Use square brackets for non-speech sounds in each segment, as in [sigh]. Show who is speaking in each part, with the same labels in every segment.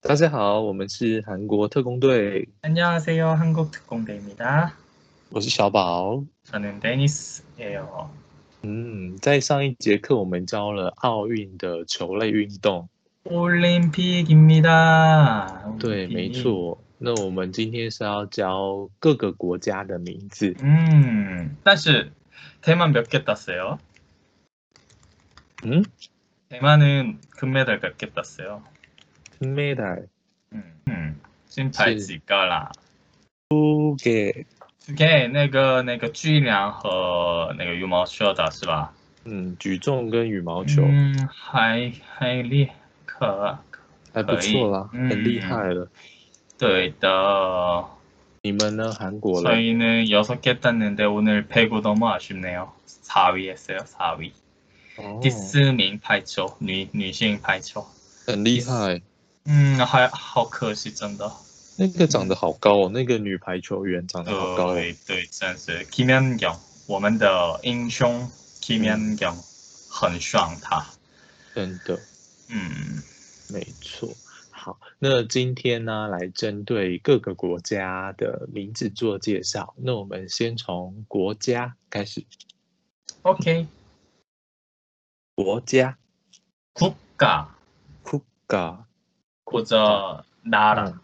Speaker 1: 大家好，我们是韩国特工队，
Speaker 2: 안녕하세요. 한국 특공대입니다.
Speaker 1: 我是小宝。
Speaker 2: 저는 데니스예요.
Speaker 1: 嗯，在上一节课我们教了奥运的球类运动，
Speaker 2: 올림픽입니다.
Speaker 1: 对，
Speaker 2: 올림픽.
Speaker 1: 没错。那我们今天是要教各个国家的名字，
Speaker 2: 음, 사실 대만 몇 개 땄어요?
Speaker 1: 음?
Speaker 2: 대만은 금메달 몇 개 땄어요?
Speaker 1: medal
Speaker 2: 음, 음. 金牌几个啦？
Speaker 1: 두개
Speaker 2: 给那个那个巨量和那个羽毛球的是吧？
Speaker 1: 嗯，举重跟羽毛球、
Speaker 2: 嗯 음, 그,
Speaker 1: 还不错啦，
Speaker 2: 可以嗯
Speaker 1: 很厉害了。
Speaker 2: 嗯，还还厉可对的。
Speaker 1: 你们呢？韩国嘞？
Speaker 2: 저희는 여섯 개 땄는데 오늘 배구 너무 아쉽네요. 4위 했어요. 4위.
Speaker 1: 哦，
Speaker 2: 디스밍 파이초. 뉘 뉘싱 파이초.
Speaker 1: 很厉害。
Speaker 2: 음, 하, 하커시 쩐다.
Speaker 1: 那个长得好高哦，那个女排球员长得好高哦。
Speaker 2: 네, 네, 짠스. 김연경. 我们的英雄 김연경. 很爽他.
Speaker 1: 真的。
Speaker 2: 음.
Speaker 1: 没错。好，那今天呢，来针对各个国家的名字做介绍。那我们先从国家开始，
Speaker 2: 오케이.
Speaker 1: 国家
Speaker 2: 국가.
Speaker 1: k u g a
Speaker 2: 고저 나라.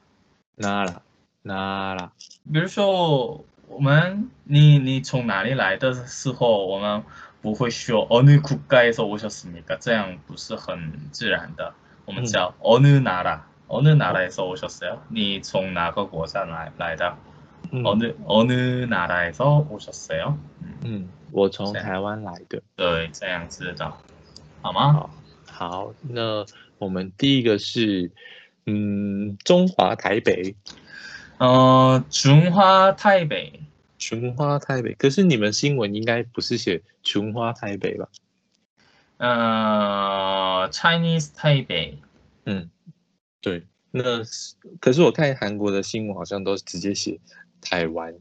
Speaker 1: 那啦那啦，
Speaker 2: 比如说，我们你你从哪里来的时候，我们不会说어느국가에서오셨습니까？这样不是很自然的。我们叫어느나라어느나라에서오셨어요？你从哪个国家来来的？
Speaker 1: 嗯
Speaker 2: 어느어느나라에서오셨어요？嗯，
Speaker 1: 嗯，我从
Speaker 2: 这样
Speaker 1: 台湾来的。
Speaker 2: 对，这样子的，好吗？
Speaker 1: 好好，那我们第一个是，嗯，中华台北，
Speaker 2: 呃，中华台北，
Speaker 1: 琼花台北。可是你们新闻应该不是写琼花台北吧？
Speaker 2: 呃，Chinese 어, 台北，
Speaker 1: 嗯，对，那是可是我看韩国的新闻好像都直接写台湾，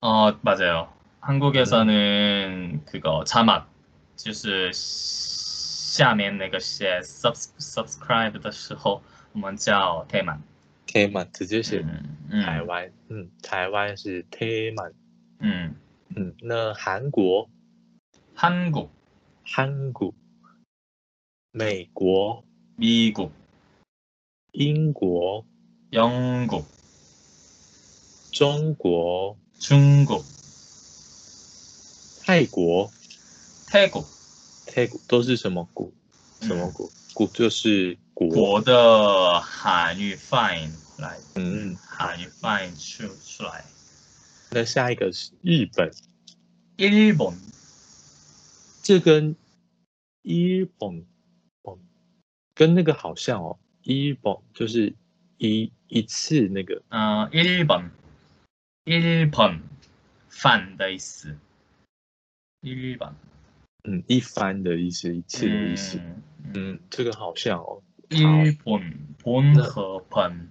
Speaker 2: 어, 맞아요. 한국에서는 그거 자막, 就是下面那个写 sub subscribe 的时候，我们叫 대만.
Speaker 1: t 满直接写
Speaker 2: 嗯
Speaker 1: 台
Speaker 2: 음,
Speaker 1: 湾，嗯台湾是 t 满，
Speaker 2: 음,
Speaker 1: 嗯，那韩国、
Speaker 2: 한국,
Speaker 1: 韩国、美国、
Speaker 2: 미국,
Speaker 1: 英国、
Speaker 2: 영국,
Speaker 1: 中国、
Speaker 2: 중국,
Speaker 1: 泰国、
Speaker 2: 태국,
Speaker 1: 泰国都是什么国？什么国？国就是国，
Speaker 2: 我的 한유 fine 来，
Speaker 1: 嗯，
Speaker 2: 韩语 fine 出出来。
Speaker 1: 那下一个是日本，
Speaker 2: 일본,
Speaker 1: 这跟一本本跟那个好像哦，一本就是一一次那个
Speaker 2: 呃，1번 어, 일본 반的意思，1번
Speaker 1: 嗯一番的意思，一次的意思。嗯，这个好像哦。好，
Speaker 2: 음. 일본 본和本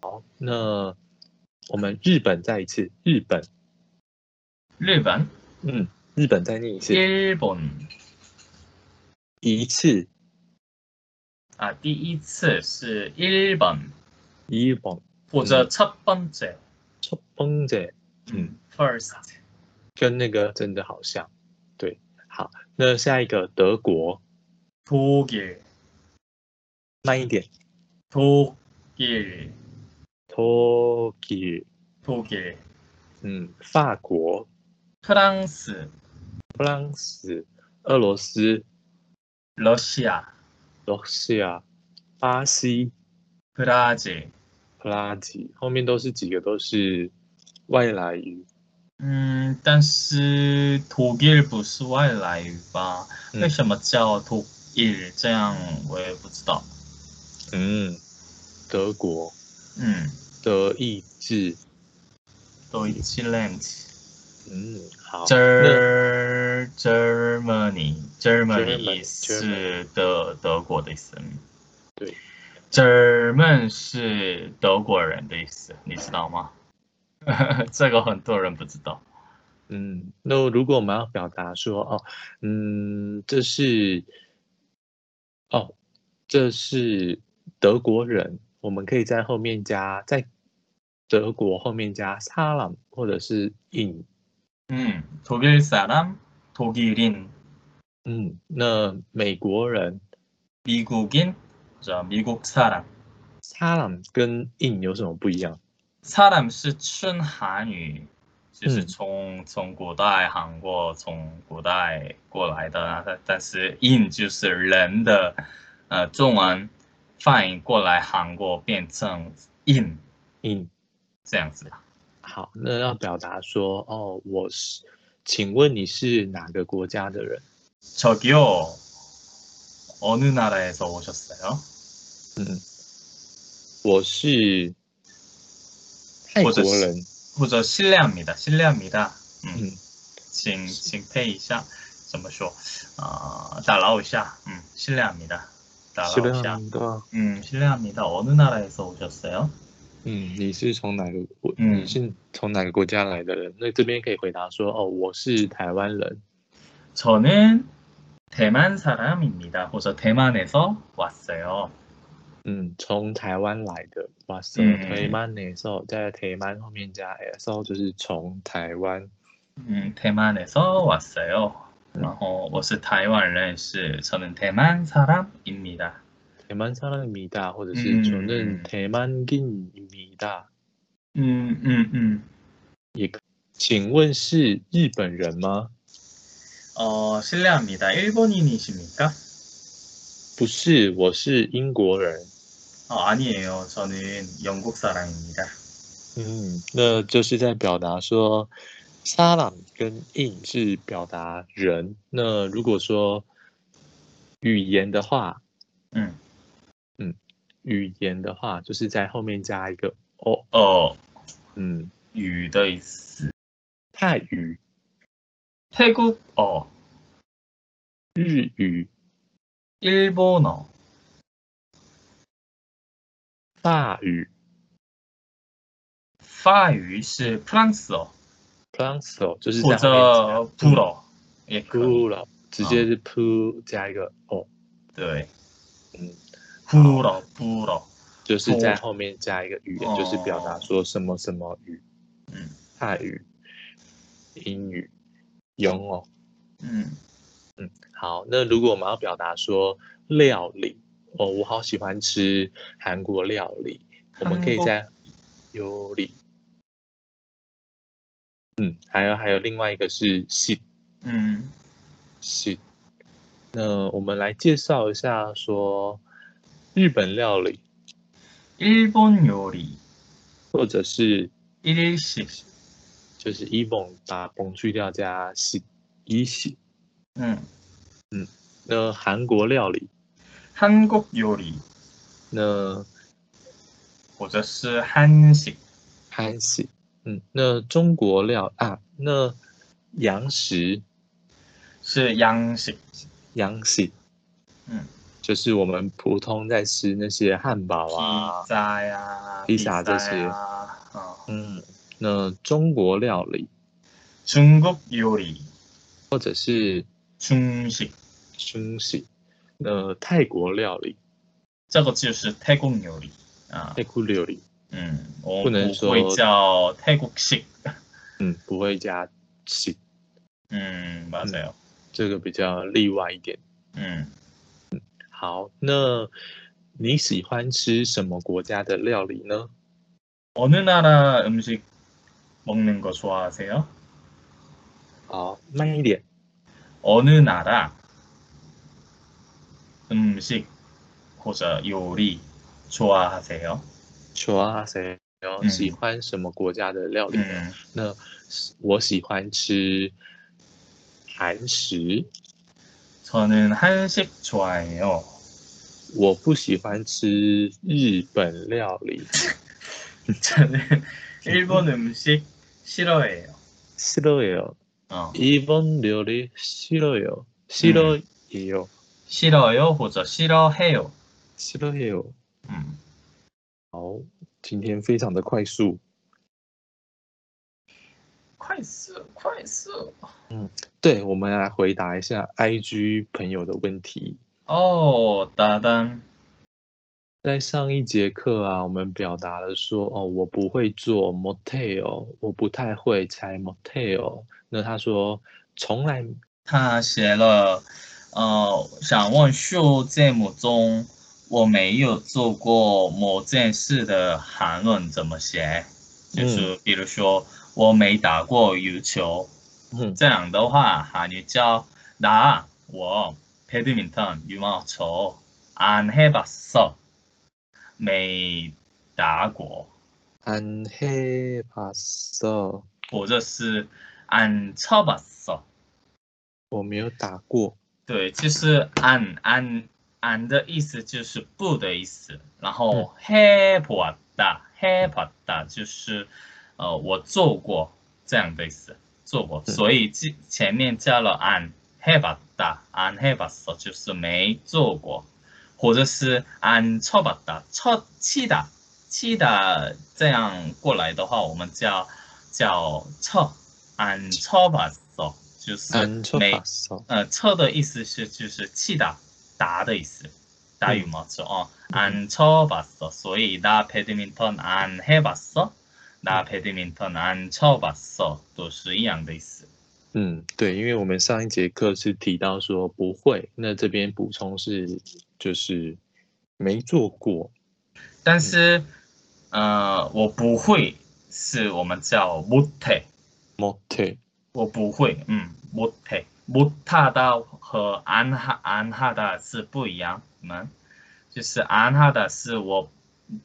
Speaker 1: 哦那我们日本再一次，日本，
Speaker 2: 日本
Speaker 1: 嗯，日本再念一次，
Speaker 2: 일본
Speaker 1: 一次
Speaker 2: 啊，第一次是 1번
Speaker 1: 一本
Speaker 2: 或者첫 번째，
Speaker 1: 첫 번째， 嗯，
Speaker 2: first
Speaker 1: 跟那个真的好像。对，好，那下一个德国，
Speaker 2: 독일
Speaker 1: 慢一点
Speaker 2: 독일
Speaker 1: ，Tokyo，
Speaker 2: 독일
Speaker 1: 嗯，法国。
Speaker 2: 프랑스
Speaker 1: 프랑스、俄罗斯、
Speaker 2: 러시아
Speaker 1: 罗西亚、巴西、
Speaker 2: 브라질
Speaker 1: 普拉吉，后面都是几个都是外来语。
Speaker 2: 嗯，但是 음, 독일 不是外来语吧？
Speaker 1: 嗯
Speaker 2: 为什么叫 독일？这样我也不知道。
Speaker 1: 嗯，德国、
Speaker 2: 嗯，
Speaker 1: 德意志。
Speaker 2: 都一起 land。
Speaker 1: 嗯，好。那
Speaker 2: Ger Germany Germany
Speaker 1: German，
Speaker 2: 是德德国的意思。
Speaker 1: 对
Speaker 2: ，German 是德国人的意思，你知道吗？ [laughs] 这个很多人不知道。
Speaker 1: 嗯，那如果我们要表达说哦，嗯，这是哦，这是德国人，我们可以在后面加在德国后面加사람或者是 in。
Speaker 2: 음, 독일 사람, 독일인,
Speaker 1: 嗯，那美国人
Speaker 2: 미국인, 그죠? 미국 사람.
Speaker 1: 사람 跟 in 有什么不一样？
Speaker 2: 사람 是纯韩语，就是
Speaker 1: 嗯
Speaker 2: 从、从古代韩国从古代过来的，啊但但是 in 就是人的，呃，中文翻译过来韩国变成 in
Speaker 1: in
Speaker 2: 这样子。
Speaker 1: 好，那要表达说哦，我是，请问你是哪个国家的人？
Speaker 2: 저기요, 어느 나라에서 오셨어요?
Speaker 1: 嗯，我是泰
Speaker 2: 或
Speaker 1: 国
Speaker 2: 者哎是
Speaker 1: 人。
Speaker 2: 或者 실례합니다, 실례합니다. 음,
Speaker 1: 嗯，
Speaker 2: 请请配一下，怎么说？啊、打扰一下，嗯， 어, 음, 실례합니다，打
Speaker 1: 是
Speaker 2: 扰一下。
Speaker 1: 的。
Speaker 2: 음, 실례합니다. 어느 나라에서 오셨어요?
Speaker 1: 嗯，你是从哪个国？
Speaker 2: 嗯
Speaker 1: 你是从哪个国家来的人？那这边可以回答说哦，我是台湾人。
Speaker 2: 저는 대만 사람입니다. 그래서 대만에서 왔어요.
Speaker 1: 嗯，从台湾来的。哇塞，
Speaker 2: 嗯
Speaker 1: 台湾那时候在台湾后面加 s o 就是从台湾。
Speaker 2: 음, 대만에서 왔어요. 어, 我是台湾人是 저는 대만 사람입니다.
Speaker 1: 대만사람입니다，或者
Speaker 2: 嗯
Speaker 1: 是저는
Speaker 2: 嗯
Speaker 1: 대만인입니다。
Speaker 2: 음, 음, 음.
Speaker 1: 请问是日本人吗？
Speaker 2: 어, 실례합니다. 일본인이십니까?
Speaker 1: 不是，我是英国人。
Speaker 2: 어, 아니에요. 저는 영국 사람입니다.
Speaker 1: 嗯，那就是在表达说，沙朗跟 in 是表达人。那如果说语言的话，
Speaker 2: 음.
Speaker 1: 语言的话就是在后面加一个哦，
Speaker 2: 어,
Speaker 1: 嗯，
Speaker 2: 유더이스.
Speaker 1: 泰语、
Speaker 2: 태국어,
Speaker 1: 日语、
Speaker 2: 일본어,
Speaker 1: 法语、
Speaker 2: 法语是프랑스어
Speaker 1: p r a n c e 就是
Speaker 2: 或
Speaker 1: 在
Speaker 2: 者
Speaker 1: 后面加
Speaker 2: 普罗也可以。
Speaker 1: pu 了，直接
Speaker 2: 嗯
Speaker 1: 是 pu 加一个哦，
Speaker 2: 对，
Speaker 1: 嗯，
Speaker 2: 普罗普罗，
Speaker 1: 就是在
Speaker 2: 哦
Speaker 1: 后面加一个语言，就是表达说什么什么语，
Speaker 2: 嗯
Speaker 1: 泰语、英语、英哦。
Speaker 2: 嗯
Speaker 1: 好，那如果我们要表达说料理，哦，我好喜欢吃韩国料理，我们可以在有理。嗯，还有还有另外一个是喜
Speaker 2: 嗯，
Speaker 1: 喜。那我们来介绍一下说日本料理
Speaker 2: 일본요리
Speaker 1: 或者是
Speaker 2: 일식
Speaker 1: 就是一蹦把蹦去掉加喜一喜。
Speaker 2: 嗯
Speaker 1: 那韩国料理
Speaker 2: 한국요리
Speaker 1: 那
Speaker 2: 或者是한식
Speaker 1: 韩系，嗯，那中国料啊，那洋食
Speaker 2: 是양식
Speaker 1: 洋食，
Speaker 2: 嗯，
Speaker 1: 就是我们普通在吃那些汉堡啊
Speaker 2: 披，萨呀，
Speaker 1: 披萨这些
Speaker 2: 呀哦
Speaker 1: 嗯，那中国料理
Speaker 2: 중국요리
Speaker 1: 或者是
Speaker 2: 중식
Speaker 1: 中式，那泰国料理
Speaker 2: 这个就是泰国料理啊
Speaker 1: 泰。国料理，
Speaker 2: 嗯，我
Speaker 1: 不能
Speaker 2: 不会
Speaker 1: 说
Speaker 2: 叫泰国式。 [laughs]
Speaker 1: 嗯，不会加食，
Speaker 2: 嗯， 음, 맞아요。 음.
Speaker 1: 这个比较例外一点。
Speaker 2: 嗯。
Speaker 1: 好，那你喜欢吃什么国家的料理呢？
Speaker 2: 어느 나라 음식 먹는 거 좋아하세요?
Speaker 1: 好，慢一点，
Speaker 2: 어느 나라 음식 或者 요리 좋아하세요?
Speaker 1: 求啊谁？然后
Speaker 2: 嗯
Speaker 1: 喜欢什么国家的料理呢？
Speaker 2: 음,
Speaker 1: 那我喜欢吃韩食，
Speaker 2: 저는 한식 좋아해요.
Speaker 1: 我不喜欢吃日本料理。
Speaker 2: 저는 일본 음식 싫어해요.
Speaker 1: 싫어요.
Speaker 2: 어,
Speaker 1: 일본 요리 싫어요. 싫어요.
Speaker 2: 싫어요 或者 싫어해요.
Speaker 1: 싫어요.
Speaker 2: 음,
Speaker 1: 好，今天非常的快速。
Speaker 2: 콰이스, 콰이스.
Speaker 1: 对，我们来回答一下 IG 朋友的问题。
Speaker 2: 어, 따단.
Speaker 1: 在上一节课啊，我们表达了说，哦，我不会做 motel，我不太会拆 motel。那他说从来
Speaker 2: 他写了，呃，想问秀节目中我没有做过某件事的韩文怎么写？就是比如说我没打过羽球，
Speaker 1: 嗯
Speaker 2: 这样的话韩语叫나我 배드민턴羽毛球안 해봤어 매打过
Speaker 1: 안해봤어，
Speaker 2: 或者是안 쳐봤어
Speaker 1: 我没有打过。
Speaker 2: 对，就是안 안 안的意思就是不的意思，然后啊해봤다해봤다啊就是呃我做过这样的意思，做过，
Speaker 1: 嗯
Speaker 2: 所以前前面加了안해봤다안해봤어啊就是没做过，或者是안쳐봤다쳐치다치다这样过来的话，我们叫叫쳐안쳐봤어啊就是
Speaker 1: 안쳐봤
Speaker 2: 呃没
Speaker 1: 어，
Speaker 2: 呃，测的意思是就是气打打的意思，打羽毛球哦。안쳐봤어，所以나 배드민턴 안해봤어，나 배드민턴 안쳐봤어都是一样的意思。
Speaker 1: 嗯，对，因为我们上一节课是提到说不会，那这边补充是就是没做过。
Speaker 2: 但是，呃，我不会是我们叫못해，
Speaker 1: motel，
Speaker 2: 我不会，嗯，못해，못하다和안하안하다是不一样们，就是안하다是我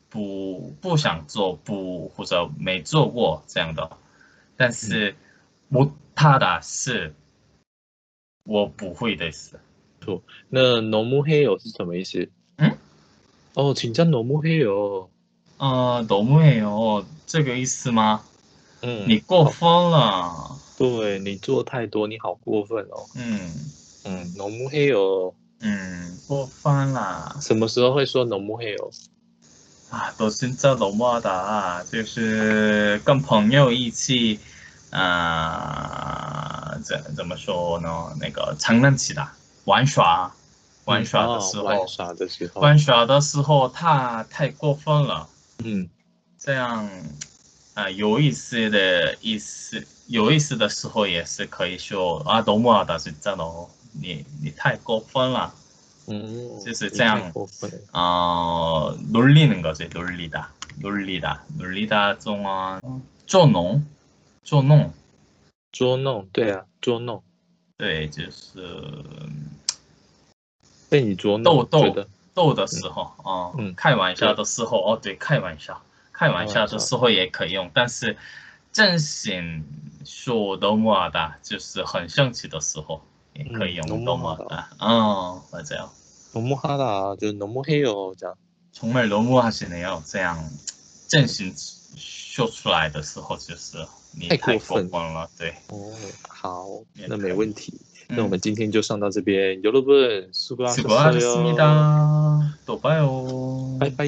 Speaker 2: 不不想做，不或者没做过这样的，但是못하다是我不会的意思。
Speaker 1: 那 nomu heo 是什么意思？
Speaker 2: 嗯，
Speaker 1: 哦，请叫 nomu heo。
Speaker 2: 呃，너무해요这个意思吗？
Speaker 1: 嗯，
Speaker 2: 你过分了，
Speaker 1: 对你做太多，你好过分哦。
Speaker 2: 嗯
Speaker 1: 嗯，nomu heo
Speaker 2: 嗯，过分啦。
Speaker 1: 什么时候会说 nomu heo？
Speaker 2: 啊，都真叫龙猫的啊，就是跟朋友一起，啊、怎怎么说呢？那个常认起的玩耍，玩耍的时候，
Speaker 1: 哦玩耍的时候，
Speaker 2: 玩耍的时候太太过分了，
Speaker 1: 嗯
Speaker 2: 这样，啊、有意思的意思，有意思的时候也是可以说啊，龙猫的是真的哦，你你太过分了。
Speaker 1: 嗯，
Speaker 2: 就是
Speaker 1: 你
Speaker 2: 这样
Speaker 1: 太过分了。
Speaker 2: 어, 놀리는 거지 놀리다 놀리다 놀리다 중은 쪼농 쪼농
Speaker 1: 捉弄，对啊，捉弄，
Speaker 2: 네, 就是
Speaker 1: 被你捉弄，
Speaker 2: 逗逗
Speaker 1: 觉得
Speaker 2: 逗的时候哦，
Speaker 1: 嗯
Speaker 2: 开玩笑的时候哦，对，开玩笑，开玩笑的时候也可以用，但是正经说多么的，就是很生气的时候也可以用
Speaker 1: 嗯
Speaker 2: 多么的，嗯，或者
Speaker 1: 너무 하다，就是 너무 해요 这样。
Speaker 2: 정말 너무하시네요. 这样正形秀出来的时候，就是你
Speaker 1: 太
Speaker 2: 太
Speaker 1: 过
Speaker 2: 过
Speaker 1: 分
Speaker 2: 分了，对。
Speaker 1: 哦，好，
Speaker 2: 也
Speaker 1: 那
Speaker 2: 可以
Speaker 1: 没问题。
Speaker 2: 嗯啊
Speaker 1: 那我们今天就上到这边，여러분수고하셨어요，
Speaker 2: 수고하셨습니다. 또 봐요.
Speaker 1: 拜拜。